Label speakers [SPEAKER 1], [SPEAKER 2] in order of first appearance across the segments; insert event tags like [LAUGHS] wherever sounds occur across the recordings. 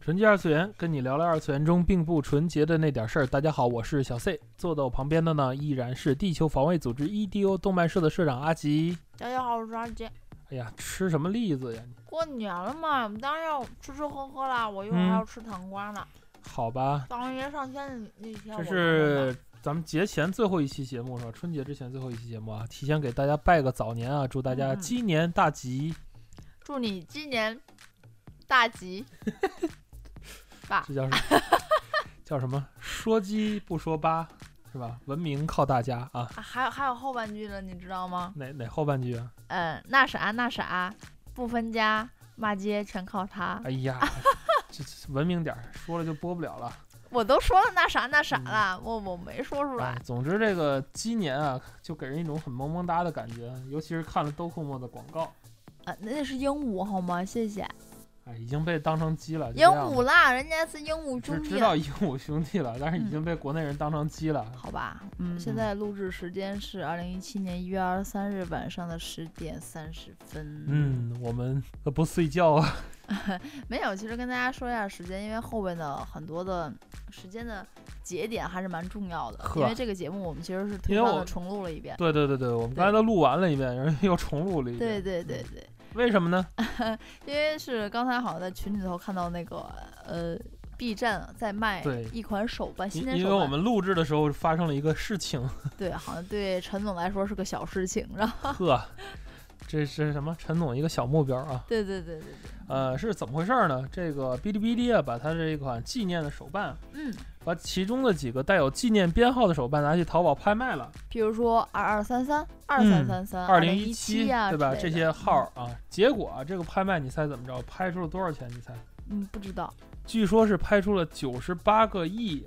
[SPEAKER 1] 纯洁二次元，跟你聊聊二次元中并不纯洁的那点事儿。大家好，我是小 C，坐在我旁边的呢依然是地球防卫组织 EDO 动漫社的社长阿吉。
[SPEAKER 2] 大家好，我是阿吉。
[SPEAKER 1] 哎呀，吃什么栗子呀？
[SPEAKER 2] 过年了嘛，我们当然要吃吃喝喝啦。我一会儿
[SPEAKER 1] 嗯
[SPEAKER 2] 还要吃糖瓜呢。
[SPEAKER 1] 好吧，
[SPEAKER 2] 当王爷上天的那
[SPEAKER 1] 这
[SPEAKER 2] 天，我
[SPEAKER 1] 是咱们节前最后一期节目是吧？春节之前最后一期节目啊，提前给大家拜个早年啊，祝大家
[SPEAKER 2] 嗯
[SPEAKER 1] 鸡年大吉。
[SPEAKER 2] 祝你今年大吉。
[SPEAKER 1] 这叫什么？叫什么？说鸡不说八，是吧？文明靠大家啊。
[SPEAKER 2] 啊还有还有后半句呢，你知道吗？
[SPEAKER 1] 哪哪后半句啊？
[SPEAKER 2] 嗯，那啥那啥，不分家，骂街全靠他。
[SPEAKER 1] 哎呀， [LAUGHS] 这这文明点儿，说了就播不了了。
[SPEAKER 2] 我都说了那啥那啥
[SPEAKER 1] 嗯
[SPEAKER 2] 了，我我没说出来
[SPEAKER 1] 哎。总之，这个鸡年啊，就给人一种很萌萌哒的感觉，尤其是看了豆蔻沫的广告，
[SPEAKER 2] 呃，那是鹦鹉好吗？谢谢。
[SPEAKER 1] 哎，已经被当成鸡了。就
[SPEAKER 2] 鹦
[SPEAKER 1] 这样
[SPEAKER 2] 鹉啦，人家是鹦鹉
[SPEAKER 1] 只
[SPEAKER 2] 兄弟
[SPEAKER 1] 知。道鹦鹉兄弟了，但是已
[SPEAKER 2] 嗯
[SPEAKER 1] 经被国内人当成鸡了。
[SPEAKER 2] 好吧，
[SPEAKER 1] 嗯
[SPEAKER 2] 现在录制时间是二零一七年一月二十三日晚上的十点三十分。，
[SPEAKER 1] 嗯，我们呃不睡觉啊。 [LAUGHS]
[SPEAKER 2] 没有，其实跟大家说一下时间，因为后边的很多的时间的节点还是蛮重要的，
[SPEAKER 1] 呵
[SPEAKER 2] 因为这个节目我们其实是推
[SPEAKER 1] 因为
[SPEAKER 2] 翻
[SPEAKER 1] 我
[SPEAKER 2] 了重录了一遍。
[SPEAKER 1] 对对对对，我们刚才都录完了一遍，然后又重录了一
[SPEAKER 2] 对啊
[SPEAKER 1] 遍。
[SPEAKER 2] 对对对，
[SPEAKER 1] 为什么呢？
[SPEAKER 2] 因为是刚才好像在群里头看到那个呃 B 站在卖
[SPEAKER 1] 对
[SPEAKER 2] 一款手办，新
[SPEAKER 1] 因
[SPEAKER 2] 年
[SPEAKER 1] 因
[SPEAKER 2] 手
[SPEAKER 1] 为
[SPEAKER 2] 办。
[SPEAKER 1] 我们录制的时候发生了一个事情，
[SPEAKER 2] 对，好像对陈总来说是个小事情，然后
[SPEAKER 1] 呵，这是什么？陈总一个小目标啊。
[SPEAKER 2] 对对对对对，
[SPEAKER 1] 呃，是怎么回事儿呢？这个哔哩哔哩啊，把它这一款纪念的手办
[SPEAKER 2] 嗯，
[SPEAKER 1] 把其中的几个带有纪念编号的手办拿去淘宝拍卖了，
[SPEAKER 2] 比如说二二三三、二三三三、
[SPEAKER 1] 嗯二零
[SPEAKER 2] 啊一
[SPEAKER 1] 七
[SPEAKER 2] 呀，
[SPEAKER 1] 对吧？
[SPEAKER 2] 之
[SPEAKER 1] 这
[SPEAKER 2] 类的嗯
[SPEAKER 1] 些号儿啊，结果啊，这个拍卖你猜怎么着？拍出了多少钱？你猜？
[SPEAKER 2] 嗯，不知道。
[SPEAKER 1] 据说是拍出了九十八个亿，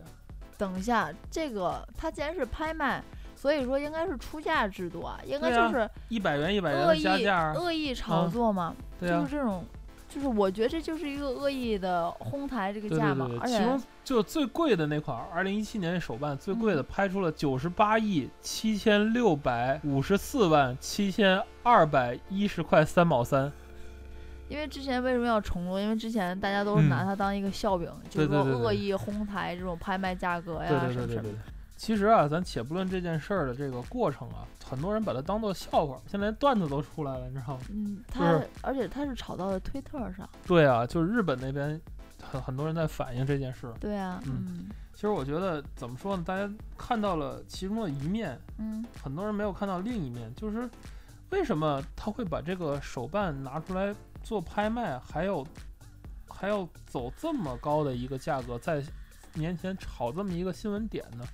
[SPEAKER 2] 等一下，这个它既然是拍卖，所以说应该是出价制度啊，应该就是
[SPEAKER 1] 一百元一百元
[SPEAKER 2] 恶
[SPEAKER 1] 的
[SPEAKER 2] 意、
[SPEAKER 1] 加价儿，
[SPEAKER 2] 恶意炒作嘛，
[SPEAKER 1] 对
[SPEAKER 2] 就
[SPEAKER 1] 啊
[SPEAKER 2] 是，这种，就是我觉得这就是一个恶意的哄抬这个
[SPEAKER 1] 对
[SPEAKER 2] 价
[SPEAKER 1] 对
[SPEAKER 2] 嘛
[SPEAKER 1] 对，，
[SPEAKER 2] 而
[SPEAKER 1] 对，其中
[SPEAKER 2] 且
[SPEAKER 1] 就最贵的那款，二零一七年手办最
[SPEAKER 2] 嗯
[SPEAKER 1] 贵的拍出了九十八亿七千六百五十四万七千二百一十块三毛三。
[SPEAKER 2] 因为之前为什么要重录？因为之前大家都是拿
[SPEAKER 1] 嗯
[SPEAKER 2] 它当一个笑柄，
[SPEAKER 1] 对
[SPEAKER 2] 就是
[SPEAKER 1] 对
[SPEAKER 2] 说
[SPEAKER 1] 对对
[SPEAKER 2] 恶意哄抬这种拍卖价格呀
[SPEAKER 1] 对对
[SPEAKER 2] 什
[SPEAKER 1] 对
[SPEAKER 2] 么
[SPEAKER 1] 对
[SPEAKER 2] 什
[SPEAKER 1] 对
[SPEAKER 2] 么。
[SPEAKER 1] 对。其实啊，咱且不论这件事儿的这个过程啊，很多人把它当做笑话，现在连段子都出来了，你知道吗？
[SPEAKER 2] 嗯，它
[SPEAKER 1] 是
[SPEAKER 2] 而且它是炒到了推特上，
[SPEAKER 1] 对啊，就是日本那边很很多人在反映这件事。
[SPEAKER 2] 对啊，嗯
[SPEAKER 1] 嗯其实我觉得怎么说呢，大家看到了其中的一面，
[SPEAKER 2] 嗯
[SPEAKER 1] 很多人没有看到另一面，就是为什么他会把这个手办拿出来做拍卖，还有还要走这么高的一个价格，在年前炒这么一个新闻点呢？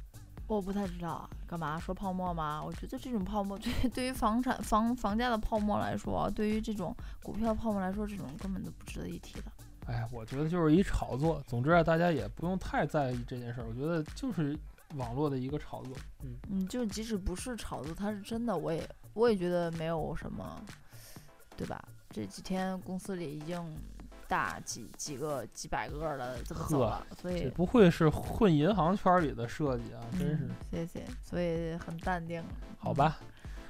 [SPEAKER 2] 我不太知道啊，干嘛说泡沫吗？我觉得这种泡沫对 [LAUGHS] 对于房产房房价的泡沫来说，对于这种股票泡沫来说，这种根本就不值得一提的。
[SPEAKER 1] 哎，我觉得就是一炒作。总之啊，大家也不用太在意这件事儿。我觉得就是网络的一个炒作。嗯，
[SPEAKER 2] 嗯，就即使不是炒作，它是真的，我也我也觉得没有什么，对吧？这几天公司里已经大几几个几百个了，这么走
[SPEAKER 1] 呵
[SPEAKER 2] 了，所
[SPEAKER 1] 这
[SPEAKER 2] 以
[SPEAKER 1] 不会是混银行圈儿里的设计啊，真是
[SPEAKER 2] 嗯。谢谢，所以很淡定。嗯
[SPEAKER 1] 好吧。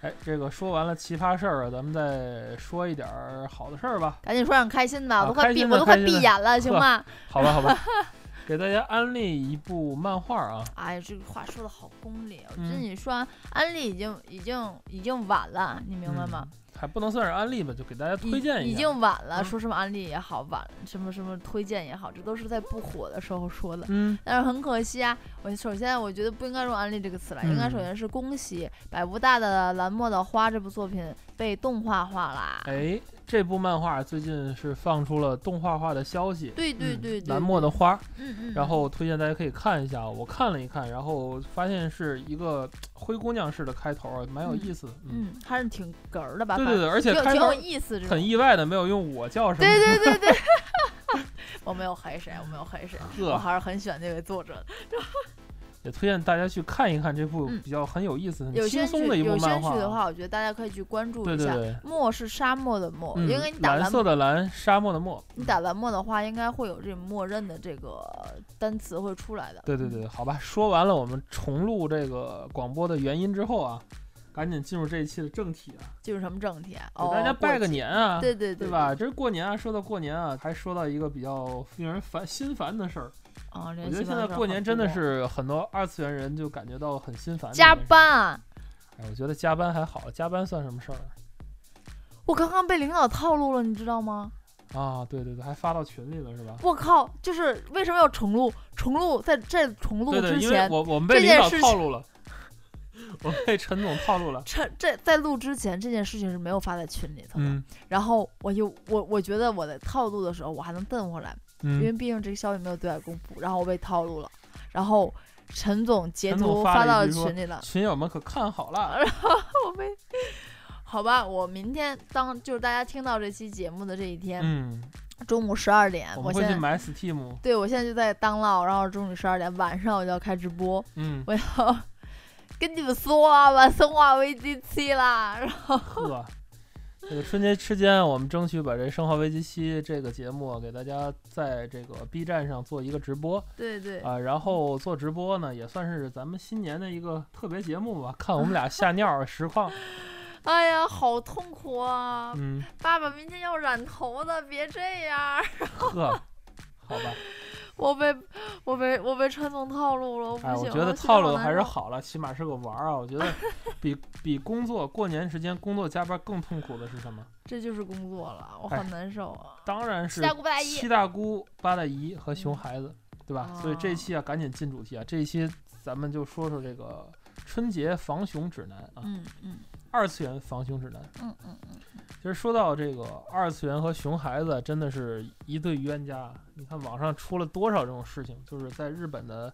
[SPEAKER 1] 哎，这个说完了奇葩事儿啊，咱们再说一点儿好的事儿吧。
[SPEAKER 2] 赶紧说点开心的，
[SPEAKER 1] 啊
[SPEAKER 2] 我都快
[SPEAKER 1] 开
[SPEAKER 2] 闭
[SPEAKER 1] 心
[SPEAKER 2] 我
[SPEAKER 1] 的
[SPEAKER 2] 都快
[SPEAKER 1] 开心
[SPEAKER 2] 闭
[SPEAKER 1] 的
[SPEAKER 2] 眼了，行
[SPEAKER 1] 呵
[SPEAKER 2] 吗？
[SPEAKER 1] 好吧，好吧， [LAUGHS] 给大家安利一部漫画啊。
[SPEAKER 2] 哎，这个话说的好功利，我觉得
[SPEAKER 1] 嗯
[SPEAKER 2] 你说完安利已经已经已经晚了，你明白吗？
[SPEAKER 1] 还不能算是安利吧，就给大家嗯
[SPEAKER 2] 已
[SPEAKER 1] 推荐一
[SPEAKER 2] 已
[SPEAKER 1] 下。
[SPEAKER 2] 经晚了，
[SPEAKER 1] 嗯
[SPEAKER 2] 说什么安利也好，晚什么什么推荐也好，这都是在不火的时候说的。
[SPEAKER 1] 嗯，
[SPEAKER 2] 但是很可惜啊，我首先我觉得不应该用“安利”这个词了，应该
[SPEAKER 1] 嗯
[SPEAKER 2] 首先是恭喜百无大的蓝墨的花这部作品被动画化啦。
[SPEAKER 1] 哎，这部漫画最近是放出了动画化的消息。
[SPEAKER 2] 对对
[SPEAKER 1] 嗯
[SPEAKER 2] 对对
[SPEAKER 1] 蓝墨的花儿。
[SPEAKER 2] 嗯嗯，
[SPEAKER 1] 然
[SPEAKER 2] 嗯
[SPEAKER 1] 后推荐大家可以看一下啊，我看了一看，然后发现是一个灰姑娘式的开头啊，蛮有意思的。嗯，
[SPEAKER 2] 嗯还是挺哏儿的吧？
[SPEAKER 1] 对
[SPEAKER 2] 反
[SPEAKER 1] 对对，而且
[SPEAKER 2] 挺有
[SPEAKER 1] 开
[SPEAKER 2] 挺
[SPEAKER 1] 头
[SPEAKER 2] 有意思，这种
[SPEAKER 1] [LAUGHS] 很意外的没有用我叫什么，
[SPEAKER 2] 对对对对， [LAUGHS] 我没有黑谁，我没有黑谁，
[SPEAKER 1] 呵
[SPEAKER 2] 我还是很喜欢那位作者的。
[SPEAKER 1] 也推荐大家去看一看这部
[SPEAKER 2] 嗯
[SPEAKER 1] 比较很有意思、
[SPEAKER 2] 有
[SPEAKER 1] 很轻
[SPEAKER 2] 兴趣
[SPEAKER 1] 松一部
[SPEAKER 2] 有
[SPEAKER 1] 漫
[SPEAKER 2] 兴
[SPEAKER 1] 画
[SPEAKER 2] 趣的
[SPEAKER 1] 啊。
[SPEAKER 2] 话，我觉得大家可以去关注
[SPEAKER 1] 对
[SPEAKER 2] 一
[SPEAKER 1] 对
[SPEAKER 2] 下。
[SPEAKER 1] 对，
[SPEAKER 2] 墨是沙漠的漠，
[SPEAKER 1] 嗯
[SPEAKER 2] 因为你，打
[SPEAKER 1] 蓝
[SPEAKER 2] 蓝
[SPEAKER 1] 色的蓝，沙漠的漠。
[SPEAKER 2] 你打蓝漠的话，应该会有这种默认的这个单词会出来的。
[SPEAKER 1] 对对对，好吧，说完了我们重录这个广播的原因之后啊，赶紧进入这一期的正题啊，
[SPEAKER 2] 进入什么正题啊？
[SPEAKER 1] 给
[SPEAKER 2] 哦，
[SPEAKER 1] 大家拜个
[SPEAKER 2] 过节，
[SPEAKER 1] 年啊，
[SPEAKER 2] 对对
[SPEAKER 1] 对？吧？这是过年啊，说到过年啊，还说到一个比较令人烦心烦的事儿。
[SPEAKER 2] 啊，
[SPEAKER 1] 我
[SPEAKER 2] 我
[SPEAKER 1] 觉得现在过年真的是很多二次元人就感觉到很心烦。
[SPEAKER 2] 加，班啊！
[SPEAKER 1] 哎，我觉得加班还好，加班算什么事儿啊
[SPEAKER 2] 我刚刚被领导套路了，你知道吗？
[SPEAKER 1] 啊？对对对，还发到群里了是吧？
[SPEAKER 2] 我靠，就是为什么要重录？重录在在重录
[SPEAKER 1] 对对，
[SPEAKER 2] 之
[SPEAKER 1] 因为
[SPEAKER 2] 前，
[SPEAKER 1] 我我们被
[SPEAKER 2] 这
[SPEAKER 1] 领
[SPEAKER 2] 件
[SPEAKER 1] 导
[SPEAKER 2] 事
[SPEAKER 1] 套
[SPEAKER 2] 情
[SPEAKER 1] 路了，我们被陈总套路了。
[SPEAKER 2] 这这在录之前这件事情是没有发在群里头的。
[SPEAKER 1] 嗯
[SPEAKER 2] 然后我就我我觉得我在套路的时候我还能瞪回来，因为
[SPEAKER 1] 嗯，
[SPEAKER 2] 毕竟这个消息没有对外公布，然后我被套路了，然后陈总截
[SPEAKER 1] 陈总
[SPEAKER 2] 图
[SPEAKER 1] 发了一
[SPEAKER 2] 到
[SPEAKER 1] 句说
[SPEAKER 2] 群里了，
[SPEAKER 1] 群友们可看好
[SPEAKER 2] 哎
[SPEAKER 1] 了。
[SPEAKER 2] 我被。好吧，我明天当就是大家听到这期节目的这一天，
[SPEAKER 1] 嗯，
[SPEAKER 2] 中午十二点，
[SPEAKER 1] 我
[SPEAKER 2] 哎我
[SPEAKER 1] 们
[SPEAKER 2] 现
[SPEAKER 1] 会去
[SPEAKER 2] 在
[SPEAKER 1] 买 Steam。
[SPEAKER 2] 对我现在就在当唠，然后中午十二点晚上我就要开直播，
[SPEAKER 1] 嗯，
[SPEAKER 2] 我要跟你们说啊，玩《生化危机七》啦，然后
[SPEAKER 1] 呵， [LAUGHS] 这个春节期间，我们争取把这《生化危机七》这个节目啊给大家在这个 B 站上做一个直播
[SPEAKER 2] 对对，
[SPEAKER 1] 啊、然后做直播呢，也算是咱们新年的一个特别节目吧，看我们俩吓尿的实
[SPEAKER 2] [LAUGHS]
[SPEAKER 1] 况。
[SPEAKER 2] 哎呀，好痛苦啊！
[SPEAKER 1] 嗯，
[SPEAKER 2] 爸爸明天要染头的，别这样。
[SPEAKER 1] 呵，好吧，
[SPEAKER 2] [LAUGHS] 我被我被我被陈总套路了，我不行
[SPEAKER 1] 哎，
[SPEAKER 2] 了。
[SPEAKER 1] 我觉得
[SPEAKER 2] 心里
[SPEAKER 1] 套
[SPEAKER 2] 好
[SPEAKER 1] 路
[SPEAKER 2] 难
[SPEAKER 1] 还是
[SPEAKER 2] 受。
[SPEAKER 1] 好了，起码是个玩儿啊。我觉得
[SPEAKER 2] [LAUGHS]
[SPEAKER 1] 比比工作过年时间工作加班更痛苦的是什么？
[SPEAKER 2] 这就是工作了，我
[SPEAKER 1] 哎
[SPEAKER 2] 好难受啊。
[SPEAKER 1] 当然是
[SPEAKER 2] 七大姑八大姨
[SPEAKER 1] 七大姑八大姨和熊孩子，对吧？所以这一
[SPEAKER 2] 哦
[SPEAKER 1] 期啊，赶紧进主题啊！这一期咱们就说说这个春节防熊指南啊，
[SPEAKER 2] 嗯嗯
[SPEAKER 1] 二次元防熊指南。
[SPEAKER 2] 嗯嗯嗯，
[SPEAKER 1] 其实说到这个二次元和熊孩子啊，真的是一对冤家。你看网上出了多少这种事情，就是在日本的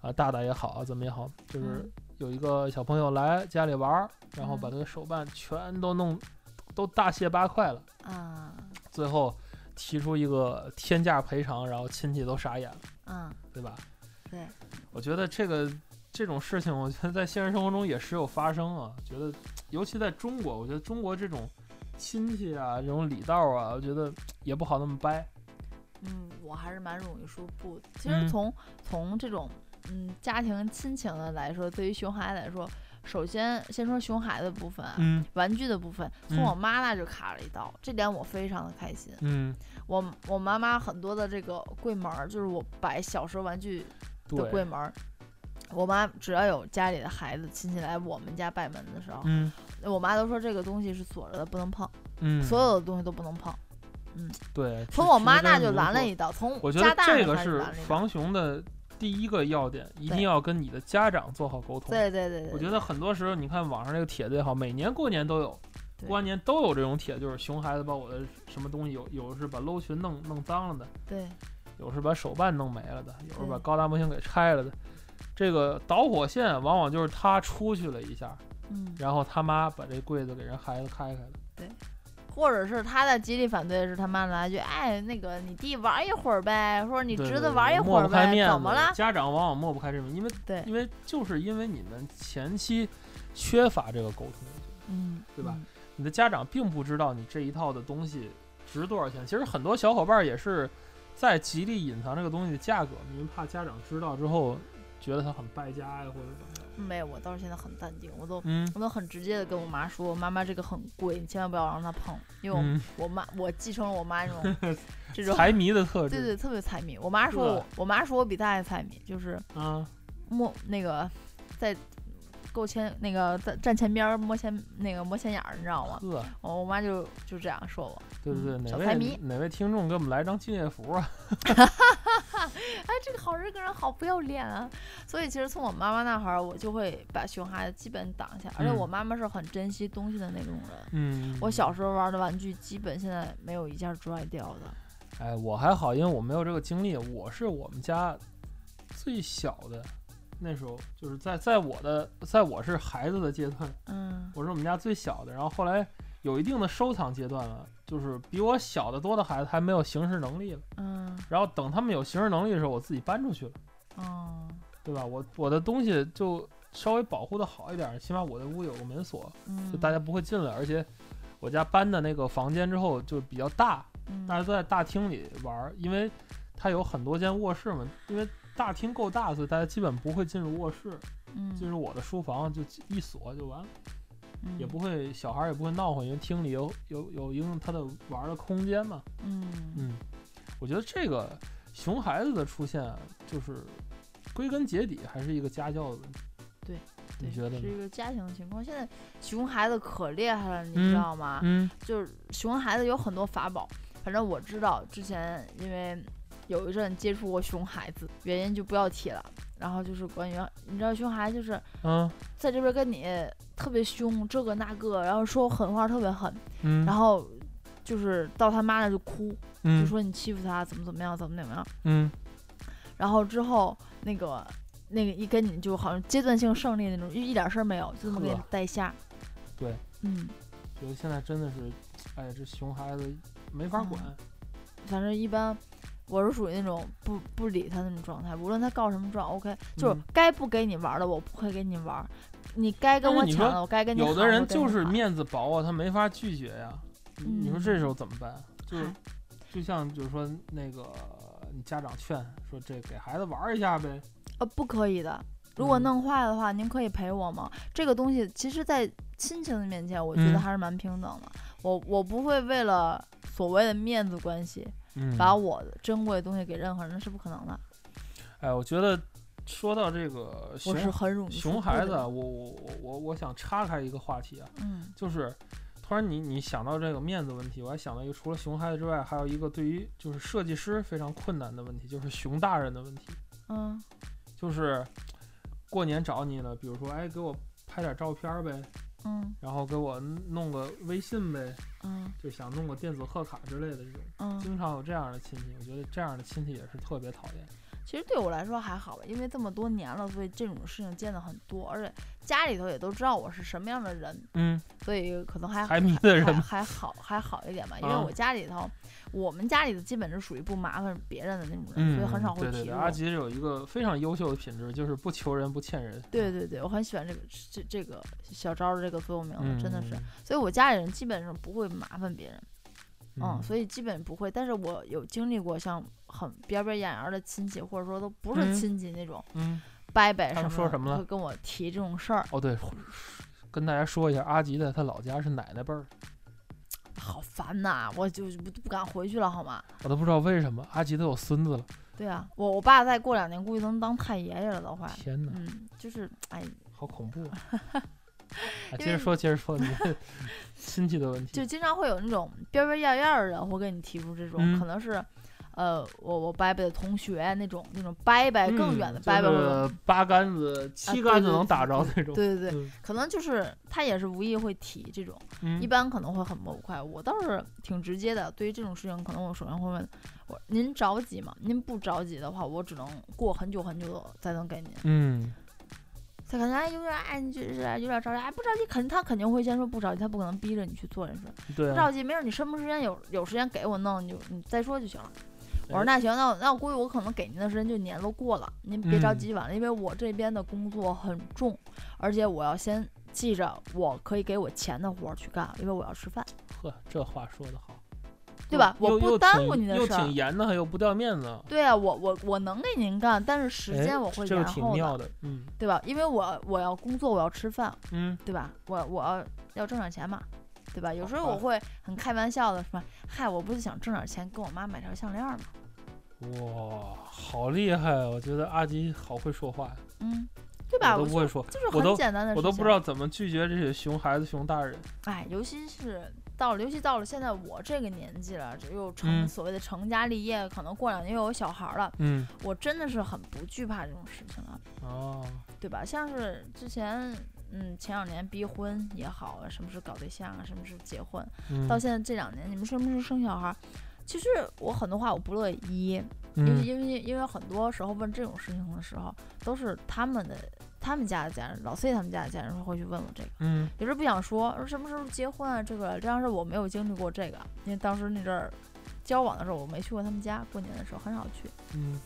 [SPEAKER 1] 啊、大大也好啊，怎么也好，就是
[SPEAKER 2] 嗯
[SPEAKER 1] 有一个小朋友来家里玩儿，然后把
[SPEAKER 2] 嗯
[SPEAKER 1] 那个手办全都弄都大卸八块了，
[SPEAKER 2] 啊
[SPEAKER 1] 最后提出一个天价赔偿，然后亲戚都傻眼了，
[SPEAKER 2] 嗯，
[SPEAKER 1] 对吧？
[SPEAKER 2] 对，
[SPEAKER 1] 我觉得这个这种事情，我觉得在现实生活中也时有发生啊。觉得尤其在中国，我觉得中国这种亲戚啊，这种礼道啊，我觉得也不好那么掰。
[SPEAKER 2] 嗯，我还是蛮容易说不。其
[SPEAKER 1] 嗯
[SPEAKER 2] 实从、从这种嗯家庭亲情的来说，对于熊孩子来说，首先先说熊孩子部分啊。
[SPEAKER 1] 嗯
[SPEAKER 2] 玩具的部分，从
[SPEAKER 1] 嗯
[SPEAKER 2] 我妈那就卡了一刀，这点我非常的开心。
[SPEAKER 1] 嗯，
[SPEAKER 2] 我我妈妈很多的这个柜门儿，就是我摆小时候玩具的柜
[SPEAKER 1] 对，
[SPEAKER 2] 门儿。我妈只要有家里的孩子亲戚来我们家拜门的时候，
[SPEAKER 1] 嗯
[SPEAKER 2] 我妈都说这个东西是锁着的，不能碰，
[SPEAKER 1] 嗯，
[SPEAKER 2] 所有的东西都不能碰。
[SPEAKER 1] 对，
[SPEAKER 2] 从
[SPEAKER 1] 是
[SPEAKER 2] 我
[SPEAKER 1] 是
[SPEAKER 2] 妈
[SPEAKER 1] 跟
[SPEAKER 2] 那
[SPEAKER 1] 你
[SPEAKER 2] 就
[SPEAKER 1] 们
[SPEAKER 2] 拦了
[SPEAKER 1] 说
[SPEAKER 2] 一道，从
[SPEAKER 1] 我觉
[SPEAKER 2] 家
[SPEAKER 1] 得
[SPEAKER 2] 大
[SPEAKER 1] 这
[SPEAKER 2] 人
[SPEAKER 1] 个
[SPEAKER 2] 开始
[SPEAKER 1] 是
[SPEAKER 2] 拦了一道。
[SPEAKER 1] 防熊的第一个要点，一定
[SPEAKER 2] 对
[SPEAKER 1] 要跟你的家长做好沟通。
[SPEAKER 2] 对对对对，
[SPEAKER 1] 我觉得很多时候，你看网上这个帖子也好，每年过年都有，
[SPEAKER 2] 对
[SPEAKER 1] 过完年都有这种帖，就是熊孩子把我的什么东西有有的是把搂裙弄弄脏了的，
[SPEAKER 2] 对
[SPEAKER 1] 有时把手办弄没了的，有时把
[SPEAKER 2] 对
[SPEAKER 1] 高达模型给拆了的。这个导火线往往就是他出去了一下，
[SPEAKER 2] 嗯，
[SPEAKER 1] 然后他妈把这柜子给人孩子开开了。
[SPEAKER 2] 或者是他在极力反对，是他妈来一句，哎，那个你弟玩一会儿呗，或者你
[SPEAKER 1] 对
[SPEAKER 2] 侄
[SPEAKER 1] 对
[SPEAKER 2] 子
[SPEAKER 1] 对
[SPEAKER 2] 玩一会
[SPEAKER 1] 抹
[SPEAKER 2] 儿
[SPEAKER 1] 不开
[SPEAKER 2] 呗，
[SPEAKER 1] 面
[SPEAKER 2] 怎么
[SPEAKER 1] 子
[SPEAKER 2] 了？
[SPEAKER 1] 家长往往抹不开这种，因为
[SPEAKER 2] 对
[SPEAKER 1] 因为就是因为你们前期缺乏这个沟通，
[SPEAKER 2] 嗯，
[SPEAKER 1] 对吧
[SPEAKER 2] 嗯？
[SPEAKER 1] 你的家长并不知道你这一套的东西值多少钱。其实很多小伙伴也是在极力隐藏这个东西的价格，因为怕家长知道之后觉得他很败家呀，或者怎么样。
[SPEAKER 2] 嗯没有，我到现在很淡定，我都
[SPEAKER 1] 嗯
[SPEAKER 2] 我都很直接的跟我妈说，妈妈这个很贵，你千万不要让她碰，因为我,、
[SPEAKER 1] 嗯，
[SPEAKER 2] 我妈我继承了我妈
[SPEAKER 1] [LAUGHS]
[SPEAKER 2] 这种这种，
[SPEAKER 1] 财迷的特
[SPEAKER 2] 对
[SPEAKER 1] 质
[SPEAKER 2] 对，特别财迷。我妈说
[SPEAKER 1] 对
[SPEAKER 2] 我，我妈说我比她还财迷，就是
[SPEAKER 1] 啊，
[SPEAKER 2] 摸那个在够前那个在站前边儿摸前那个摸前眼儿，你知道吗？哦
[SPEAKER 1] 呵，
[SPEAKER 2] 我我妈就就这样说我， [LAUGHS]
[SPEAKER 1] 对对对，
[SPEAKER 2] 嗯
[SPEAKER 1] 哪
[SPEAKER 2] 小财迷
[SPEAKER 1] 位哪位听众给我们来张敬业福啊？
[SPEAKER 2] 哎，这个好人跟人好不要脸啊！所以其实从我妈妈那会儿，我就会把熊孩子基本挡下，而且
[SPEAKER 1] 嗯
[SPEAKER 2] 我妈妈是很珍惜东西的那种人。
[SPEAKER 1] [LAUGHS] 嗯，
[SPEAKER 2] 我小时候玩的玩具，基本现在没有一件拽掉的。
[SPEAKER 1] 哎，我还好，因为我没有这个经历。我是我们家最小的，那时候就是在在我的在我是孩子的阶段，
[SPEAKER 2] 嗯
[SPEAKER 1] 我是我们家最小的，然后后来有一定的收藏阶段了，就是比我小的多的孩子还没有行事能力了，
[SPEAKER 2] 嗯
[SPEAKER 1] 然后等他们有行事能力的时候，我自己搬出去了，
[SPEAKER 2] 哦，
[SPEAKER 1] 对吧？我我的东西就稍微保护的好一点，起码我的屋有个门锁，
[SPEAKER 2] 嗯，
[SPEAKER 1] 就大家不会进来。而且我家搬的那个房间之后就比较大，
[SPEAKER 2] 嗯
[SPEAKER 1] 大家都在大厅里玩儿，因为它有很多间卧室嘛，因为大厅够大，所以大家基本不会进入卧室，
[SPEAKER 2] 嗯
[SPEAKER 1] 进入我的书房就一锁就完了，
[SPEAKER 2] 嗯
[SPEAKER 1] 也不会小孩儿也不会闹混，因为厅里有有有一定他的玩儿的空间嘛。
[SPEAKER 2] 嗯
[SPEAKER 1] 嗯，我觉得这个熊孩子的出现啊，就是归根结底还是一个家教的问题。
[SPEAKER 2] 对，
[SPEAKER 1] 你
[SPEAKER 2] 对
[SPEAKER 1] 觉得
[SPEAKER 2] 是
[SPEAKER 1] 呢？
[SPEAKER 2] 一个家庭的情况。现在熊孩子可厉害了，你
[SPEAKER 1] 嗯
[SPEAKER 2] 知道吗？
[SPEAKER 1] 嗯
[SPEAKER 2] 就是熊孩子有很多法宝，反正我知道之前因为有一阵接触过熊孩子，原因就不要提了。然后就是关于你知道熊孩子就是
[SPEAKER 1] 嗯
[SPEAKER 2] 在这边跟你特别凶，这个那个，然后说狠话特别狠，
[SPEAKER 1] 嗯，
[SPEAKER 2] 然
[SPEAKER 1] 后
[SPEAKER 2] 后就是到他妈那就哭，就
[SPEAKER 1] 嗯
[SPEAKER 2] 说你欺负他怎么怎么样，怎么怎么样。
[SPEAKER 1] 嗯
[SPEAKER 2] 然后之后那个那个一跟你就好像阶段性胜利那种，就一点事儿没有，就这么给你
[SPEAKER 1] 呵
[SPEAKER 2] 带下。
[SPEAKER 1] 对，
[SPEAKER 2] 嗯，
[SPEAKER 1] 觉得现在真的是，哎呀，这熊孩子没法管。
[SPEAKER 2] 反正一般我是属于那种不不理他那种状态，无论他告什么状，OK，就是
[SPEAKER 1] 嗯
[SPEAKER 2] 该不给你玩的我不会给你玩，你该跟
[SPEAKER 1] 但是
[SPEAKER 2] 我
[SPEAKER 1] 你
[SPEAKER 2] 抢
[SPEAKER 1] 说
[SPEAKER 2] 嗯的我该跟你
[SPEAKER 1] 有的
[SPEAKER 2] 喊
[SPEAKER 1] 人
[SPEAKER 2] 我跟
[SPEAKER 1] 就
[SPEAKER 2] 你
[SPEAKER 1] 是
[SPEAKER 2] 喊
[SPEAKER 1] 面子薄啊，他没法拒绝呀、你说
[SPEAKER 2] 嗯
[SPEAKER 1] 这时候怎么办？就
[SPEAKER 2] 嗨
[SPEAKER 1] 就像就是说那个你家长劝说这给孩子玩儿一下呗，
[SPEAKER 2] 呃不可以的。如果
[SPEAKER 1] 嗯
[SPEAKER 2] 弄坏了的话，您可以赔我吗？这个东西其实，在亲情的面前，我觉得
[SPEAKER 1] 嗯
[SPEAKER 2] 还是蛮平等的。我我不会为了所谓的面子关系，
[SPEAKER 1] 嗯
[SPEAKER 2] 把我珍贵的东西给任何人，那是不可能的。
[SPEAKER 1] 哎，我觉得说到这个熊
[SPEAKER 2] 我是很容易
[SPEAKER 1] 熊
[SPEAKER 2] 出
[SPEAKER 1] 孩
[SPEAKER 2] 错
[SPEAKER 1] 子
[SPEAKER 2] 的
[SPEAKER 1] 啊，我我我我我想岔开一个话题啊，
[SPEAKER 2] 嗯
[SPEAKER 1] 就是突然你你想到这个面子问题，我还想到一个，除了熊孩子之外，还有一个对于就是设计师非常困难的问题，就是熊大人的问题，
[SPEAKER 2] 嗯
[SPEAKER 1] 就是过年找你了，比如说哎给我拍点照片儿呗，
[SPEAKER 2] 嗯
[SPEAKER 1] 然后给我弄个微信呗，
[SPEAKER 2] 嗯
[SPEAKER 1] 就想弄个电子贺卡之类的这种，
[SPEAKER 2] 嗯，
[SPEAKER 1] 经常有这样的亲戚，我觉得这样的亲戚也是特别讨厌。
[SPEAKER 2] 其实对我来说还好吧，因为这么多年了，所以这种事情见的很多，而且家里头也都知道我是什么样的人，
[SPEAKER 1] 嗯，
[SPEAKER 2] 所以可能还
[SPEAKER 1] 财迷的人
[SPEAKER 2] 还
[SPEAKER 1] 吗
[SPEAKER 2] 还好还好一点吧，因为
[SPEAKER 1] 啊
[SPEAKER 2] 我家里头，我们家里的基本是属于不麻烦别人的那种人，
[SPEAKER 1] 嗯，
[SPEAKER 2] 所以很少会
[SPEAKER 1] 对对
[SPEAKER 2] 提
[SPEAKER 1] 对，
[SPEAKER 2] 我。
[SPEAKER 1] 阿吉有一个非常优秀的品质，就是不求人不欠人。
[SPEAKER 2] 对对对我很喜欢这个这这个小昭的这个座右铭的，
[SPEAKER 1] 嗯，
[SPEAKER 2] 真的是。所以我家里人基本上不会麻烦别人，嗯，所以基本不会。但是我有经历过像很边边眼儿的亲戚，或者说都不
[SPEAKER 1] 嗯
[SPEAKER 2] 是亲戚那种、
[SPEAKER 1] 嗯，
[SPEAKER 2] 伯伯
[SPEAKER 1] 他们
[SPEAKER 2] 什么的，
[SPEAKER 1] 说什么了
[SPEAKER 2] 会跟我提这种事儿，
[SPEAKER 1] 哦对，跟大家说一下，阿吉的他老家是奶奶辈儿，
[SPEAKER 2] 好烦呐、我就不不敢回去了，好吗？
[SPEAKER 1] 我都不知道为什么阿吉都有孙子了。
[SPEAKER 2] 对啊，我我爸再过两年估计都能当太爷爷了，都快。
[SPEAKER 1] 天哪，
[SPEAKER 2] 嗯，就是哎，
[SPEAKER 1] 好恐怖
[SPEAKER 2] [LAUGHS]
[SPEAKER 1] 啊！啊接
[SPEAKER 2] 因
[SPEAKER 1] 着
[SPEAKER 2] 为
[SPEAKER 1] 说，接着说你的亲戚的问题。
[SPEAKER 2] 就经常会有那种边边样样的人会跟你提出这种，
[SPEAKER 1] 嗯
[SPEAKER 2] 可能是，呃，我我伯伯的同学那种那种伯伯更远的伯伯
[SPEAKER 1] 嗯
[SPEAKER 2] 会
[SPEAKER 1] 就
[SPEAKER 2] 跟
[SPEAKER 1] 是八竿子、七
[SPEAKER 2] 啊对
[SPEAKER 1] 竿子
[SPEAKER 2] 对
[SPEAKER 1] 能
[SPEAKER 2] 对
[SPEAKER 1] 打着那种。
[SPEAKER 2] 对对对，
[SPEAKER 1] 嗯
[SPEAKER 2] 可能就是他也是无意会提这种，
[SPEAKER 1] 嗯
[SPEAKER 2] 一般可能会很不快。我倒是挺直接的，对于这种事情，可能我首先会问我您着急吗？您不着急的话，我只能过很久很久才能给您。
[SPEAKER 1] 嗯
[SPEAKER 2] 他可能哎有点哎你就是有点着急，哎不着急，肯他肯定会先说不着急，他不可能逼着你去做这事。
[SPEAKER 1] 对
[SPEAKER 2] 不
[SPEAKER 1] 啊，
[SPEAKER 2] 着急，没事，你什么时间有有时间给我弄，你就你再说就行了。我
[SPEAKER 1] 哎
[SPEAKER 2] 说那行，那我那我估计我可能给您的时间就年都过了，您别着
[SPEAKER 1] 嗯
[SPEAKER 2] 急完了，因为我这边的工作很重，而且我要先记着我可以给我钱的活儿去干，因为我要吃饭，
[SPEAKER 1] 呵，这话说得好，
[SPEAKER 2] 对吧？
[SPEAKER 1] 又
[SPEAKER 2] 我
[SPEAKER 1] 又
[SPEAKER 2] 不耽
[SPEAKER 1] 挺
[SPEAKER 2] 误你的
[SPEAKER 1] 又
[SPEAKER 2] 事儿
[SPEAKER 1] 挺。严的，又不掉面子，
[SPEAKER 2] 对啊，我我我能给您干，但是时
[SPEAKER 1] 哎
[SPEAKER 2] 间我会
[SPEAKER 1] 这
[SPEAKER 2] 延
[SPEAKER 1] 个挺
[SPEAKER 2] 后
[SPEAKER 1] 妙
[SPEAKER 2] 的，
[SPEAKER 1] 的。嗯
[SPEAKER 2] 对吧？因为我我要工作，我要吃饭，
[SPEAKER 1] 嗯，
[SPEAKER 2] 对吧？我我要要挣点钱嘛，对吧？有时候
[SPEAKER 1] 好
[SPEAKER 2] 我
[SPEAKER 1] 吧
[SPEAKER 2] 会很开玩笑的说，嗨，我不是想挣点钱给我妈买条项链儿嘛，
[SPEAKER 1] 哇，好厉害！啊我觉得阿吉好会说话呀，
[SPEAKER 2] 嗯，对吧？
[SPEAKER 1] 我
[SPEAKER 2] 我
[SPEAKER 1] 都不
[SPEAKER 2] 说
[SPEAKER 1] 会说，
[SPEAKER 2] 就是
[SPEAKER 1] 我都
[SPEAKER 2] 很简单的事情，
[SPEAKER 1] 我都不知。道怎么拒绝这些熊孩子、熊大人。
[SPEAKER 2] 哎，尤其是到了，尤其到了现在我这个年纪了，这又成、
[SPEAKER 1] 嗯
[SPEAKER 2] 所谓的成家立业，可能过两年又有小孩儿了，
[SPEAKER 1] 嗯，
[SPEAKER 2] 我真的是很不惧怕这种事情啊了，
[SPEAKER 1] 哦，
[SPEAKER 2] 对吧？像是之前。嗯，前两年逼婚也好啊，什么是搞对象啊，什么是结婚，
[SPEAKER 1] 嗯
[SPEAKER 2] 到现在这两年，你们什么是生小孩儿？其实我很多话我不乐意，因为
[SPEAKER 1] 嗯
[SPEAKER 2] 因为因为很多时候问这种事情的时候，都是他们的他们家的家人，老 C 他们家的家人会去问我这个，
[SPEAKER 1] 嗯
[SPEAKER 2] 有时候不想说，说什么时候结婚啊，这个这样事儿我没有经历过这个，因为当时那阵儿交往的时候，我没去过他们家，过年的时候很少去。
[SPEAKER 1] 嗯，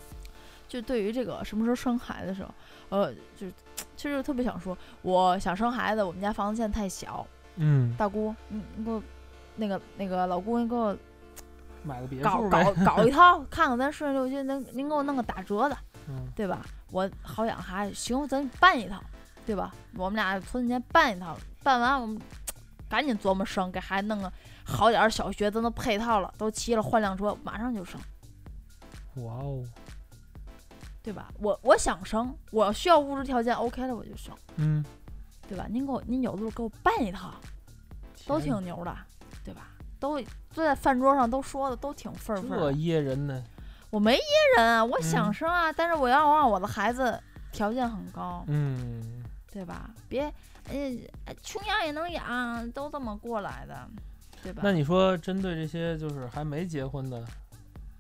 [SPEAKER 2] 就对于这个什么时候生孩子的时候，呃，就是其实特别想说，我想生孩子，我们家房子现在太小，
[SPEAKER 1] 嗯，
[SPEAKER 2] 大姑，你你给我那个那个老姑，你给我
[SPEAKER 1] 买个别
[SPEAKER 2] 搞
[SPEAKER 1] 墅
[SPEAKER 2] 搞
[SPEAKER 1] 呗，
[SPEAKER 2] 搞
[SPEAKER 1] [LAUGHS]
[SPEAKER 2] 一套，看看咱顺顺溜须，能您给我弄个打折的，
[SPEAKER 1] 嗯
[SPEAKER 2] 对吧？我好养孩子，行，咱办一套，对吧？我们俩存钱办一套，办完我们赶紧琢磨生，给孩子弄个好点儿小学，咱都配套了，都齐了，换辆车，马上就生。
[SPEAKER 1] 哇哦，
[SPEAKER 2] 对吧？我我想生，我需要物质条件 OK 了，我就生，
[SPEAKER 1] 嗯，
[SPEAKER 2] 对吧？您给我，您有的时候给我办一套，都
[SPEAKER 1] 天
[SPEAKER 2] 挺牛的，对吧？都都在饭桌上都说的都挺份儿份
[SPEAKER 1] 这
[SPEAKER 2] 儿的。
[SPEAKER 1] 噎人呢，
[SPEAKER 2] 我没噎人啊，我想
[SPEAKER 1] 嗯
[SPEAKER 2] 生啊，但是我要让我的孩子条件很高，
[SPEAKER 1] 嗯，
[SPEAKER 2] 对吧？别，呃，穷养也能养，都这么过来的，对吧
[SPEAKER 1] 那？你说针对这些就是还没结婚的，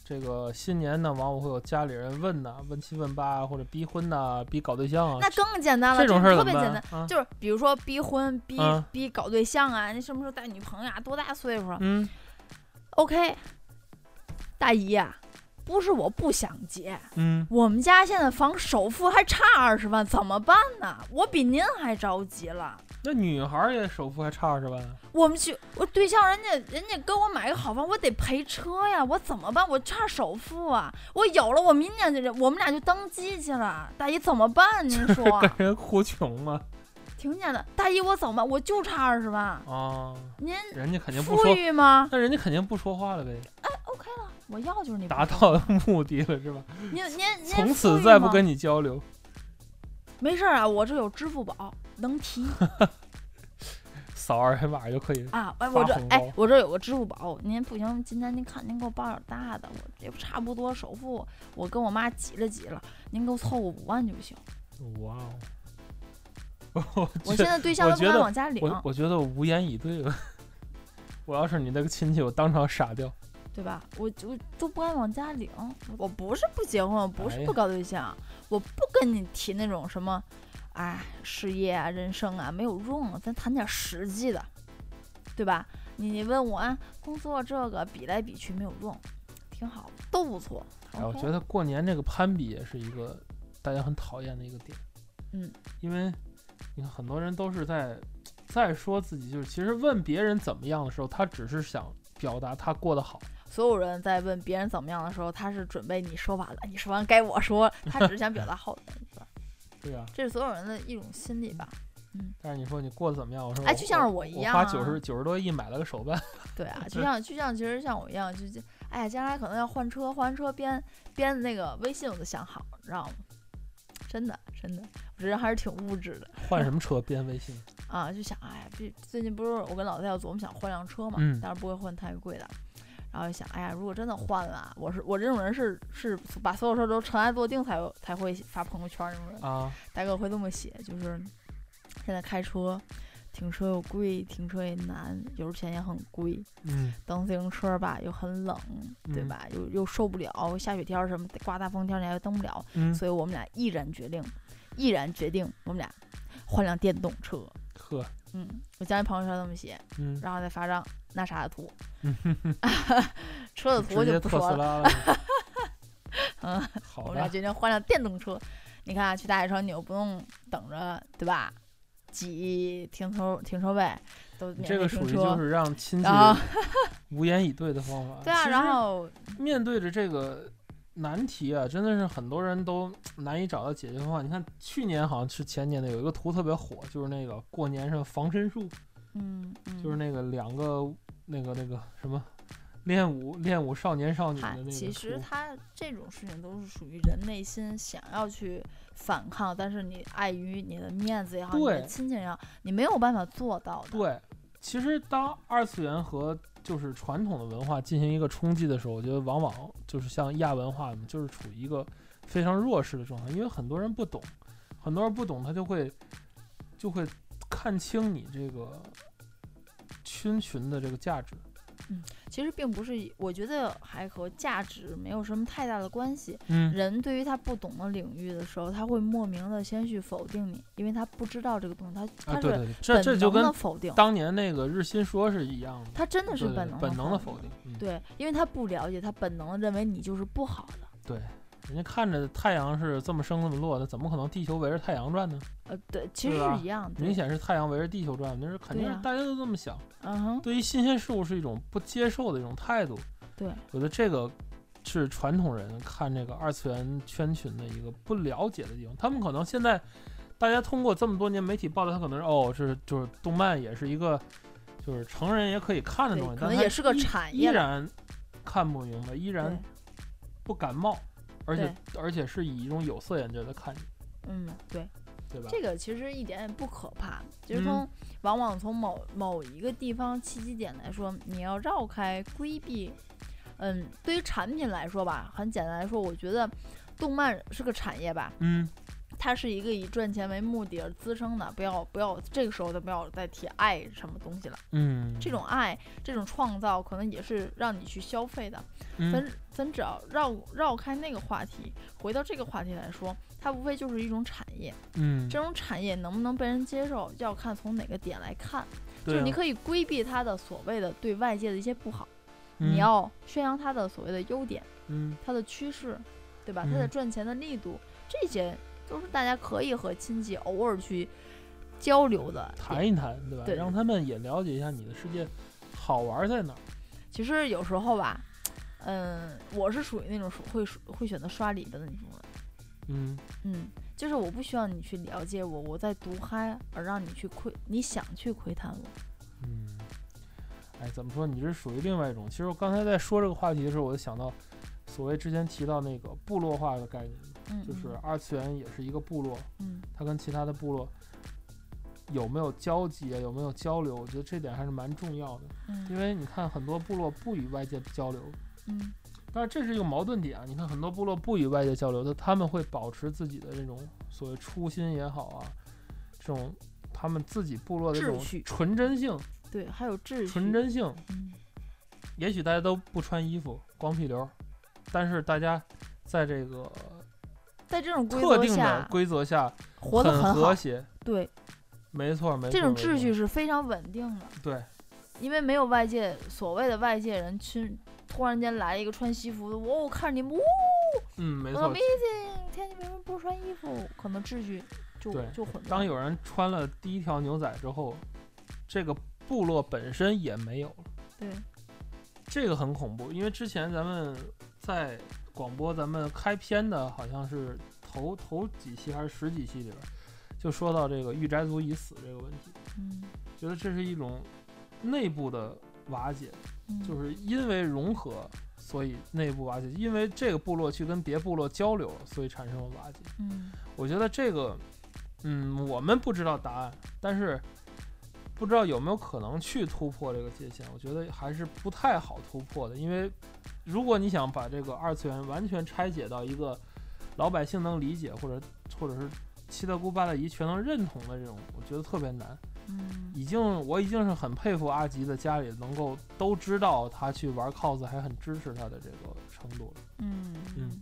[SPEAKER 1] 这个新年呢，往往会有家里人问呐、问七问八啊，或者逼婚呐、逼搞对象啊，
[SPEAKER 2] 那更简单了，
[SPEAKER 1] 这种事儿怎
[SPEAKER 2] 特别
[SPEAKER 1] 么
[SPEAKER 2] 简单
[SPEAKER 1] 办。啊？
[SPEAKER 2] 就是比如说逼婚、逼、
[SPEAKER 1] 啊
[SPEAKER 2] 逼搞对象啊，你什么时候带女朋友啊？多大岁数啊？
[SPEAKER 1] 嗯
[SPEAKER 2] OK，大姨呀、不是我不想结，
[SPEAKER 1] 嗯，
[SPEAKER 2] 我们家现在房首付还差二十万，怎么办呢？我比您还着急了。
[SPEAKER 1] 那女孩儿也首付还差是吧？
[SPEAKER 2] 我们去，我对象人家人家给我买个好房，我得赔车呀，我怎么办？我差首付啊，我有了，我明年就我们俩就登基去了。大姨怎么办？您
[SPEAKER 1] [LAUGHS]
[SPEAKER 2] 说，
[SPEAKER 1] 跟人哭穷啊嘛
[SPEAKER 2] 听见了？大姨我怎么办？我就差二十万，
[SPEAKER 1] 啊，
[SPEAKER 2] 您
[SPEAKER 1] 人家肯定不
[SPEAKER 2] 富
[SPEAKER 1] 说，
[SPEAKER 2] 裕吗
[SPEAKER 1] 那人家肯定不说话了呗，
[SPEAKER 2] ？OK 了，我要就是你不
[SPEAKER 1] 达
[SPEAKER 2] 说
[SPEAKER 1] 到
[SPEAKER 2] 话
[SPEAKER 1] 目的了是吧？
[SPEAKER 2] 您您您
[SPEAKER 1] 从
[SPEAKER 2] 富
[SPEAKER 1] 此
[SPEAKER 2] 裕
[SPEAKER 1] 再不
[SPEAKER 2] 吗
[SPEAKER 1] 跟你交流，
[SPEAKER 2] 没事儿啊，我这有支付宝能提
[SPEAKER 1] 扫二维码就可以。
[SPEAKER 2] 啊。哎，我这
[SPEAKER 1] 发红包
[SPEAKER 2] 哎，我这有个支付宝，您不行，今天您看您给我报点大的，我这差不多首付，我跟我妈挤了挤了，您给我凑个五万就行。
[SPEAKER 1] 哇哦！ [LAUGHS] 我
[SPEAKER 2] 我
[SPEAKER 1] 觉
[SPEAKER 2] 现在对象
[SPEAKER 1] 我
[SPEAKER 2] 都不
[SPEAKER 1] 觉
[SPEAKER 2] 敢
[SPEAKER 1] 得
[SPEAKER 2] 往家领，啊
[SPEAKER 1] 我我觉得我无言以对了。 [LAUGHS] 我要是你那个亲戚，我当场傻掉。
[SPEAKER 2] 对吧？我就都不敢往家领。我不是不结婚，我不
[SPEAKER 1] 哎
[SPEAKER 2] 是
[SPEAKER 1] 呀
[SPEAKER 2] 不搞对象，我不跟你提那种什么，哎，事业啊、人生啊没有用，咱谈点实际的，对吧？你你问我啊，工作这个比来比去没有用，挺好，都不错。
[SPEAKER 1] 哎，我
[SPEAKER 2] OK
[SPEAKER 1] 觉得过年这个攀比也是一个大家很讨厌的一个点。
[SPEAKER 2] 嗯，
[SPEAKER 1] 因为你看很多人都是在在说自己，就是其实问别人怎么样的时候，他只是想表达他过得好。
[SPEAKER 2] 所有人在问别人怎么样的时候，他是准备你说完了，你说完该我说了，他只是想表达好的一段，
[SPEAKER 1] 对啊，
[SPEAKER 2] 这是所有人的一种心理吧？
[SPEAKER 1] 但是你说你过得怎么样？我说
[SPEAKER 2] 哎
[SPEAKER 1] 我
[SPEAKER 2] 就像是
[SPEAKER 1] 我
[SPEAKER 2] 我一样
[SPEAKER 1] 我花
[SPEAKER 2] 啊
[SPEAKER 1] 九十九十多亿买了个手办。
[SPEAKER 2] 对啊，就像就像其实像我一样，就就哎呀，将来可能要换车，换完车边边那个微信我都想好，你知道吗？真的真的，我这人还是挺物质的
[SPEAKER 1] 换什么车？编微
[SPEAKER 2] [LAUGHS]
[SPEAKER 1] 信。
[SPEAKER 2] 啊，就想哎呀，最最近不是我跟老太要琢磨想换辆车嘛，
[SPEAKER 1] 嗯
[SPEAKER 2] 但是不会换太贵的。然后就想，哎呀，如果真的换了，我是我这种人是是把所有事儿都尘埃落定才才会发朋友圈儿那种人。
[SPEAKER 1] 啊，
[SPEAKER 2] 大概会这么写，就是现在开车，停车又贵，停车也难，油钱也很贵，
[SPEAKER 1] 嗯，
[SPEAKER 2] 蹬自行车吧又很冷，对
[SPEAKER 1] 嗯
[SPEAKER 2] 吧？又又受不了，下雪天儿什么的刮大风天儿你还蹬不了，
[SPEAKER 1] 嗯，
[SPEAKER 2] 所以我们俩毅然决定，毅然决定我们俩换辆电动车。
[SPEAKER 1] 呵，
[SPEAKER 2] 嗯，我将来朋友圈这么写，
[SPEAKER 1] 嗯，
[SPEAKER 2] 然后再发张那啥的图
[SPEAKER 1] 嗯，
[SPEAKER 2] [LAUGHS] 车的图我
[SPEAKER 1] 直接
[SPEAKER 2] 就不
[SPEAKER 1] 特
[SPEAKER 2] 说
[SPEAKER 1] 斯拉
[SPEAKER 2] 了。
[SPEAKER 1] 了。
[SPEAKER 2] 嗯，我
[SPEAKER 1] 好
[SPEAKER 2] 们俩
[SPEAKER 1] 的，
[SPEAKER 2] 决定换辆电动车。你看啊、去大悦城你又不用等着，对吧？挤停车停车位都
[SPEAKER 1] 你
[SPEAKER 2] 免
[SPEAKER 1] 这
[SPEAKER 2] 费
[SPEAKER 1] 个属
[SPEAKER 2] 停
[SPEAKER 1] 于就
[SPEAKER 2] 车，
[SPEAKER 1] 是让亲戚
[SPEAKER 2] 然后
[SPEAKER 1] 无言以对的方法。
[SPEAKER 2] [LAUGHS] 对啊，
[SPEAKER 1] 其
[SPEAKER 2] 然
[SPEAKER 1] 实
[SPEAKER 2] 后
[SPEAKER 1] 面对着这个难题啊，真的是很多人都难以找到解决方案。你看去年好像是前年的有一个图特别火，就是那个过年上防身术，
[SPEAKER 2] 嗯嗯，
[SPEAKER 1] 就是那个两个那个那个什么练武练武少年少女的
[SPEAKER 2] 嗨
[SPEAKER 1] 那个图。
[SPEAKER 2] 其实他这种事情都是属于人内心想要去反抗，但是你碍于你的面子也好，你的
[SPEAKER 1] 对
[SPEAKER 2] 亲戚也好，你没有办法做到的。
[SPEAKER 1] 对，其实当二次元和就是传统的文化进行一个冲击的时候，我觉得往往就是像亚文化，就是处于一个非常弱势的状态，因为很多人不懂，很多人不懂，他就会就会看清你这个菌群的这个价值，
[SPEAKER 2] 其实并不是，我觉得还和价值没有什么太大的关系。
[SPEAKER 1] 嗯
[SPEAKER 2] 人对于他不懂的领域的时候，他会莫名的先去否定你，因为他不知道这个东西，他
[SPEAKER 1] 啊，
[SPEAKER 2] 他
[SPEAKER 1] 对
[SPEAKER 2] 是
[SPEAKER 1] 对对，这
[SPEAKER 2] 本
[SPEAKER 1] 这就
[SPEAKER 2] 能的
[SPEAKER 1] 跟
[SPEAKER 2] 否定，
[SPEAKER 1] 当年那个日心说是一样的，
[SPEAKER 2] 他真的是
[SPEAKER 1] 对对
[SPEAKER 2] 本
[SPEAKER 1] 对
[SPEAKER 2] 能
[SPEAKER 1] 本能的
[SPEAKER 2] 的
[SPEAKER 1] 否定。嗯，
[SPEAKER 2] 对，因为他不了解，他本能的认为你就是不好的。
[SPEAKER 1] 对，人家看着太阳是这么升这么落的，怎么可能地球围着太阳转呢？
[SPEAKER 2] 呃，对，其实
[SPEAKER 1] 对吧
[SPEAKER 2] 是一样的。
[SPEAKER 1] 明显是太阳围着地球转，那是肯定
[SPEAKER 2] 对
[SPEAKER 1] 是
[SPEAKER 2] 啊
[SPEAKER 1] 大家都这么想。
[SPEAKER 2] 嗯哼，
[SPEAKER 1] 对于新鲜事物是一种不接受的一种态度。
[SPEAKER 2] 对，
[SPEAKER 1] 我觉得这个是传统人看这个二次元圈群的一个不了解的地方。他们可能现在大家通过这么多年媒体报道，他可能是哦，这是就是动漫也是一个就是成人也可以看的
[SPEAKER 2] 对
[SPEAKER 1] 东西，
[SPEAKER 2] 可
[SPEAKER 1] 但
[SPEAKER 2] 能
[SPEAKER 1] 他
[SPEAKER 2] 也是个
[SPEAKER 1] 依
[SPEAKER 2] 产
[SPEAKER 1] 依
[SPEAKER 2] 业了
[SPEAKER 1] 然看不明白，依然
[SPEAKER 2] 对，
[SPEAKER 1] 不感冒，而且而且是以一种有色眼镜在看你，
[SPEAKER 2] 嗯，对，
[SPEAKER 1] 对吧？
[SPEAKER 2] 这个其实一点也不可怕，就是
[SPEAKER 1] 嗯
[SPEAKER 2] 从、往往从某某一个地方契机点来说，你要绕开规避。嗯，对于产品来说吧，很简单来说，我觉得动漫是个产业吧，
[SPEAKER 1] 嗯，
[SPEAKER 2] 它是一个以赚钱为目的而滋生的。不要不要，这个时候就不要再提爱什么东西了。
[SPEAKER 1] 嗯，
[SPEAKER 2] 这种爱，这种创造，可能也是让你去消费的。
[SPEAKER 1] 嗯
[SPEAKER 2] 咱咱只要绕绕开那个话题，回到这个话题来说，它无非就是一种产业。
[SPEAKER 1] 嗯，
[SPEAKER 2] 这种产业能不能被人接受，要看从哪个点来看。就
[SPEAKER 1] 对
[SPEAKER 2] 是
[SPEAKER 1] 啊
[SPEAKER 2] 你可以规避它的所谓的对外界的一些不好，
[SPEAKER 1] 嗯
[SPEAKER 2] 你要宣扬它的所谓的优点、
[SPEAKER 1] 嗯
[SPEAKER 2] 它的趋势，对吧？它的
[SPEAKER 1] 嗯
[SPEAKER 2] 赚钱的力度，这些都是大家可以和亲戚偶尔去交流的点。
[SPEAKER 1] 谈一谈，对吧？
[SPEAKER 2] 对
[SPEAKER 1] 让他们也了解一下你的世界好玩在哪儿。
[SPEAKER 2] 其实有时候吧，嗯，我是属于那种属会属会选择刷礼的那种人。
[SPEAKER 1] 嗯
[SPEAKER 2] 嗯，就是我不需要你去了解我，我在毒嗨，而让你去窥，你想去窥探我。
[SPEAKER 1] 嗯，哎，怎么说？你这属于另外一种。其实我刚才在说这个话题的时候，我就想到，所谓之前提到那个部落化的概念，
[SPEAKER 2] 嗯，
[SPEAKER 1] 就是二次元也是一个部落，
[SPEAKER 2] 嗯，
[SPEAKER 1] 它跟其他的部落有没有交集啊，有没有交流？我觉得这点还是蛮重要的，
[SPEAKER 2] 嗯
[SPEAKER 1] 因为你看很多部落不与外界交流，
[SPEAKER 2] 嗯
[SPEAKER 1] 但是这是一个矛盾点啊！你看，很多部落不与外界交流的，他们会保持自己的这种所谓初心也好啊，这种他们自己部落的这种
[SPEAKER 2] 秩序
[SPEAKER 1] 纯真性、
[SPEAKER 2] 嗯，对，还有秩序。
[SPEAKER 1] 纯真性。
[SPEAKER 2] 嗯，
[SPEAKER 1] 也许大家都不穿衣服，光屁流儿，但是大家在这个
[SPEAKER 2] 在这种规
[SPEAKER 1] 特
[SPEAKER 2] 则
[SPEAKER 1] 定的
[SPEAKER 2] 下
[SPEAKER 1] 规则下
[SPEAKER 2] 活得
[SPEAKER 1] 很
[SPEAKER 2] 好
[SPEAKER 1] 和。谐。
[SPEAKER 2] 对，
[SPEAKER 1] 没错，没错，
[SPEAKER 2] 这种
[SPEAKER 1] 没错
[SPEAKER 2] 秩序是非常稳定的，
[SPEAKER 1] 对，
[SPEAKER 2] 因为没有外界所谓的外界人去。突然间来一个穿西服的，我、我看着你们，呜
[SPEAKER 1] 嗯，没错。
[SPEAKER 2] ，amazing！天，你为什么不穿衣服？可能秩序就
[SPEAKER 1] 对
[SPEAKER 2] 就混
[SPEAKER 1] 当
[SPEAKER 2] 乱。
[SPEAKER 1] 有人穿了第一条牛仔之后，这个部落本身也没有了。
[SPEAKER 2] 对，
[SPEAKER 1] 这个很恐怖，因为之前咱们在广播咱们开篇的好像是头头几期还是十几期里边，就说到这个御宅族已死这个问题，
[SPEAKER 2] 嗯，
[SPEAKER 1] 觉得这是一种内部的瓦解，
[SPEAKER 2] 嗯
[SPEAKER 1] 就是因为融合，所以内部瓦解，因为这个部落去跟别部落交流了，所以产生了瓦解。
[SPEAKER 2] 嗯，
[SPEAKER 1] 我觉得这个，嗯，我们不知道答案，但是不知道有没有可能去突破这个界限，我觉得还是不太好突破的，因为如果你想把这个二次元完全拆解到一个老百姓能理解，或者或者是七大姑八大姨全能认同的这种，我觉得特别难。
[SPEAKER 2] 嗯，
[SPEAKER 1] 已经，我已经是很佩服阿吉的家里能够都知道他去玩 cos，还很支持他的这个程度了。
[SPEAKER 2] 嗯
[SPEAKER 1] 嗯，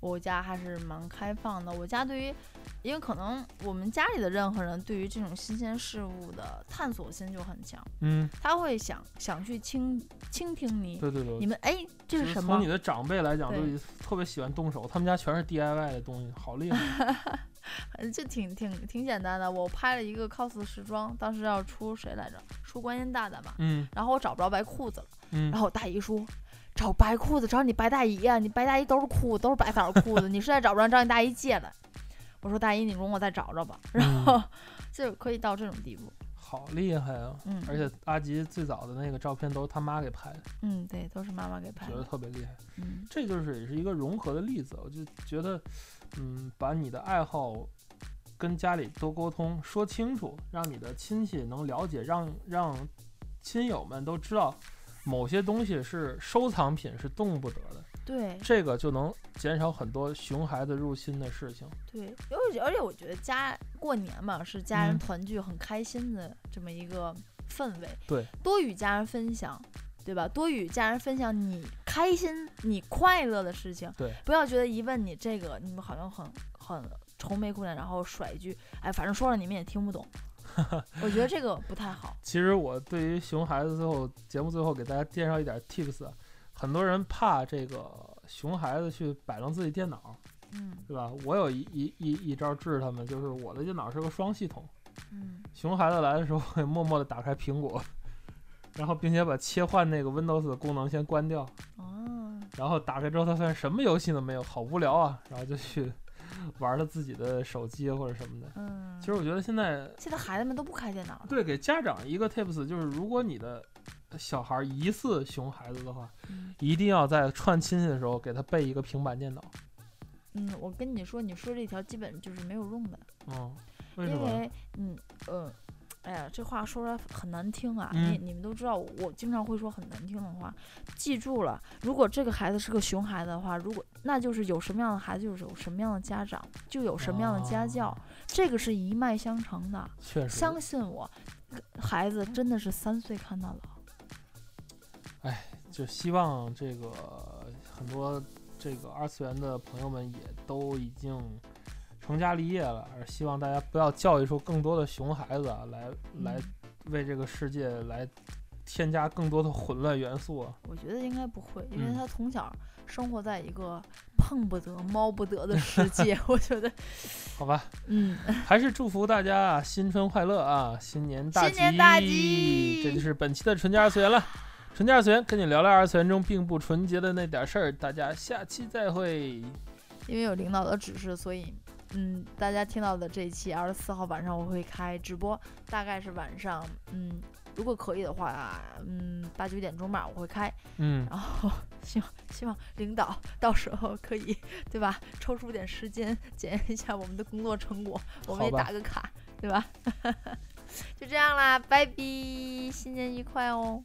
[SPEAKER 2] 我家还是蛮开放的。我家对于，因为可能我们家里的任何人对于这种新鲜事物的探索心就很强，
[SPEAKER 1] 嗯，
[SPEAKER 2] 他会想想去倾倾听你，
[SPEAKER 1] 对对对，
[SPEAKER 2] 你们哎这
[SPEAKER 1] 就是
[SPEAKER 2] 什
[SPEAKER 1] 从你
[SPEAKER 2] 么？
[SPEAKER 1] 的长辈来讲，
[SPEAKER 2] 对
[SPEAKER 1] 都已特别喜欢动手，他们家全是 DIY 的东西，好厉
[SPEAKER 2] [LAUGHS]
[SPEAKER 1] 害。
[SPEAKER 2] 呃这挺挺挺简单的。我拍了一个 cos 时装，当时要出谁来着？出观音大大嘛。
[SPEAKER 1] 嗯
[SPEAKER 2] 然后我找不着白裤子了，
[SPEAKER 1] 嗯
[SPEAKER 2] 然，后我大姨说。找白裤子，找你白大姨呀、你白大姨都是裤子，都是白色儿裤
[SPEAKER 1] [LAUGHS]
[SPEAKER 2] 子，你实在找不着，找你大姨借来。我说大姨，你容我再找找吧。然
[SPEAKER 1] 嗯
[SPEAKER 2] 后 [LAUGHS] 就可以到这种地步。
[SPEAKER 1] 好厉害啊！
[SPEAKER 2] 嗯，
[SPEAKER 1] 而且阿吉最早的那个照片都是他妈给拍的，
[SPEAKER 2] 嗯，对，都是妈妈给拍
[SPEAKER 1] 觉得
[SPEAKER 2] 的。
[SPEAKER 1] 特别厉害。
[SPEAKER 2] 嗯
[SPEAKER 1] 这就是也是一个融合的例子，我就觉得，嗯，把你的爱好跟家里多沟通，说清楚，让你的亲戚能了解，让让亲友们都知道。某些东西是收藏品，是动不得的，，
[SPEAKER 2] 对
[SPEAKER 1] 这个就能减少很多熊孩子入侵的事情。
[SPEAKER 2] 对，而且而且我觉得家过年嘛是家人
[SPEAKER 1] 嗯
[SPEAKER 2] 团聚很开心的这么一个氛围，
[SPEAKER 1] 对，
[SPEAKER 2] 多与家人分享，对吧？多与家人分享你开心、你快乐的事情。
[SPEAKER 1] 对，
[SPEAKER 2] 不要觉得一问你这个，你们好像很很愁眉苦脸，然后甩一句，哎，反正说了你们也听不
[SPEAKER 1] [LAUGHS]
[SPEAKER 2] 懂。我觉得这个不太好。
[SPEAKER 1] 其实我对于熊孩子最后节目最后给大家介绍一点 tips，啊很多人怕这个熊孩子去摆弄自己电脑，
[SPEAKER 2] 嗯
[SPEAKER 1] 对吧？我有一一一一招治他们，就是我的电脑是个双系统， [LAUGHS]
[SPEAKER 2] 嗯
[SPEAKER 1] 熊孩子来的时候会默默地打开苹果，然后并且把切换那个 Windows 的功能先关掉，
[SPEAKER 2] 哦，
[SPEAKER 1] 然后打开之后他发现什么游戏都没有，好无聊啊，然后就去 [LAUGHS] 玩了自己的手机或者什么的。
[SPEAKER 2] 嗯，
[SPEAKER 1] 其实我觉得现在
[SPEAKER 2] 现在孩子们都不开电脑了。
[SPEAKER 1] 对，给家长一个 tips 就是，如果你的小孩疑似熊孩子的话，
[SPEAKER 2] 嗯
[SPEAKER 1] 一定要在串亲戚的时候给他备一个平板电脑。
[SPEAKER 2] 嗯，我跟你说，你说这条基本就是没有用的，
[SPEAKER 1] 嗯，为什
[SPEAKER 2] 因
[SPEAKER 1] 么？
[SPEAKER 2] 为嗯呃，哎呀，这话说出来很难听啊。
[SPEAKER 1] 嗯
[SPEAKER 2] 你你们都知道，我经常会说很难听的话。记住了，如果这个孩子是个熊孩子的话，如果那就是有什么样的孩子，就是有什么样的家长，就有什么样的家教，
[SPEAKER 1] 哦
[SPEAKER 2] 这个是一脉相承的。
[SPEAKER 1] 确实，
[SPEAKER 2] 相信我，孩子真的是三岁看到老。
[SPEAKER 1] 就希望这个很多这个二次元的朋友们也都已经成家立业了，而希望大家不要教育出更多的熊孩子啊，来来
[SPEAKER 2] 嗯
[SPEAKER 1] 为这个世界来添加更多的混乱元素啊。
[SPEAKER 2] 我觉得应该不会，因为
[SPEAKER 1] 嗯
[SPEAKER 2] 他从小生活在一个碰不得、摸不得的世
[SPEAKER 1] [LAUGHS]
[SPEAKER 2] 界，我觉得，
[SPEAKER 1] 好吧，
[SPEAKER 2] 嗯，
[SPEAKER 1] 还是祝福大家新春快乐啊！新年大吉！
[SPEAKER 2] 新年大吉
[SPEAKER 1] 这就是本期的纯洁二次元了。纯洁二次元跟你聊聊二次元中并不纯洁的那点事儿，大家下期再会。
[SPEAKER 2] 因为有领导的指示，所以，嗯，大家听到的这一期二十四号晚上我会开直播，大概是晚上，嗯，如果可以的话，嗯，八九点钟吧，我会开，
[SPEAKER 1] 嗯，
[SPEAKER 2] 然后希望希望领导到时候可以，对吧？抽出点时间检验一下我们的工作成果，我们
[SPEAKER 1] 好
[SPEAKER 2] 也
[SPEAKER 1] 吧
[SPEAKER 2] 打 [LAUGHS] 个卡，对吧？就这样啦，拜拜，新年愉快哦。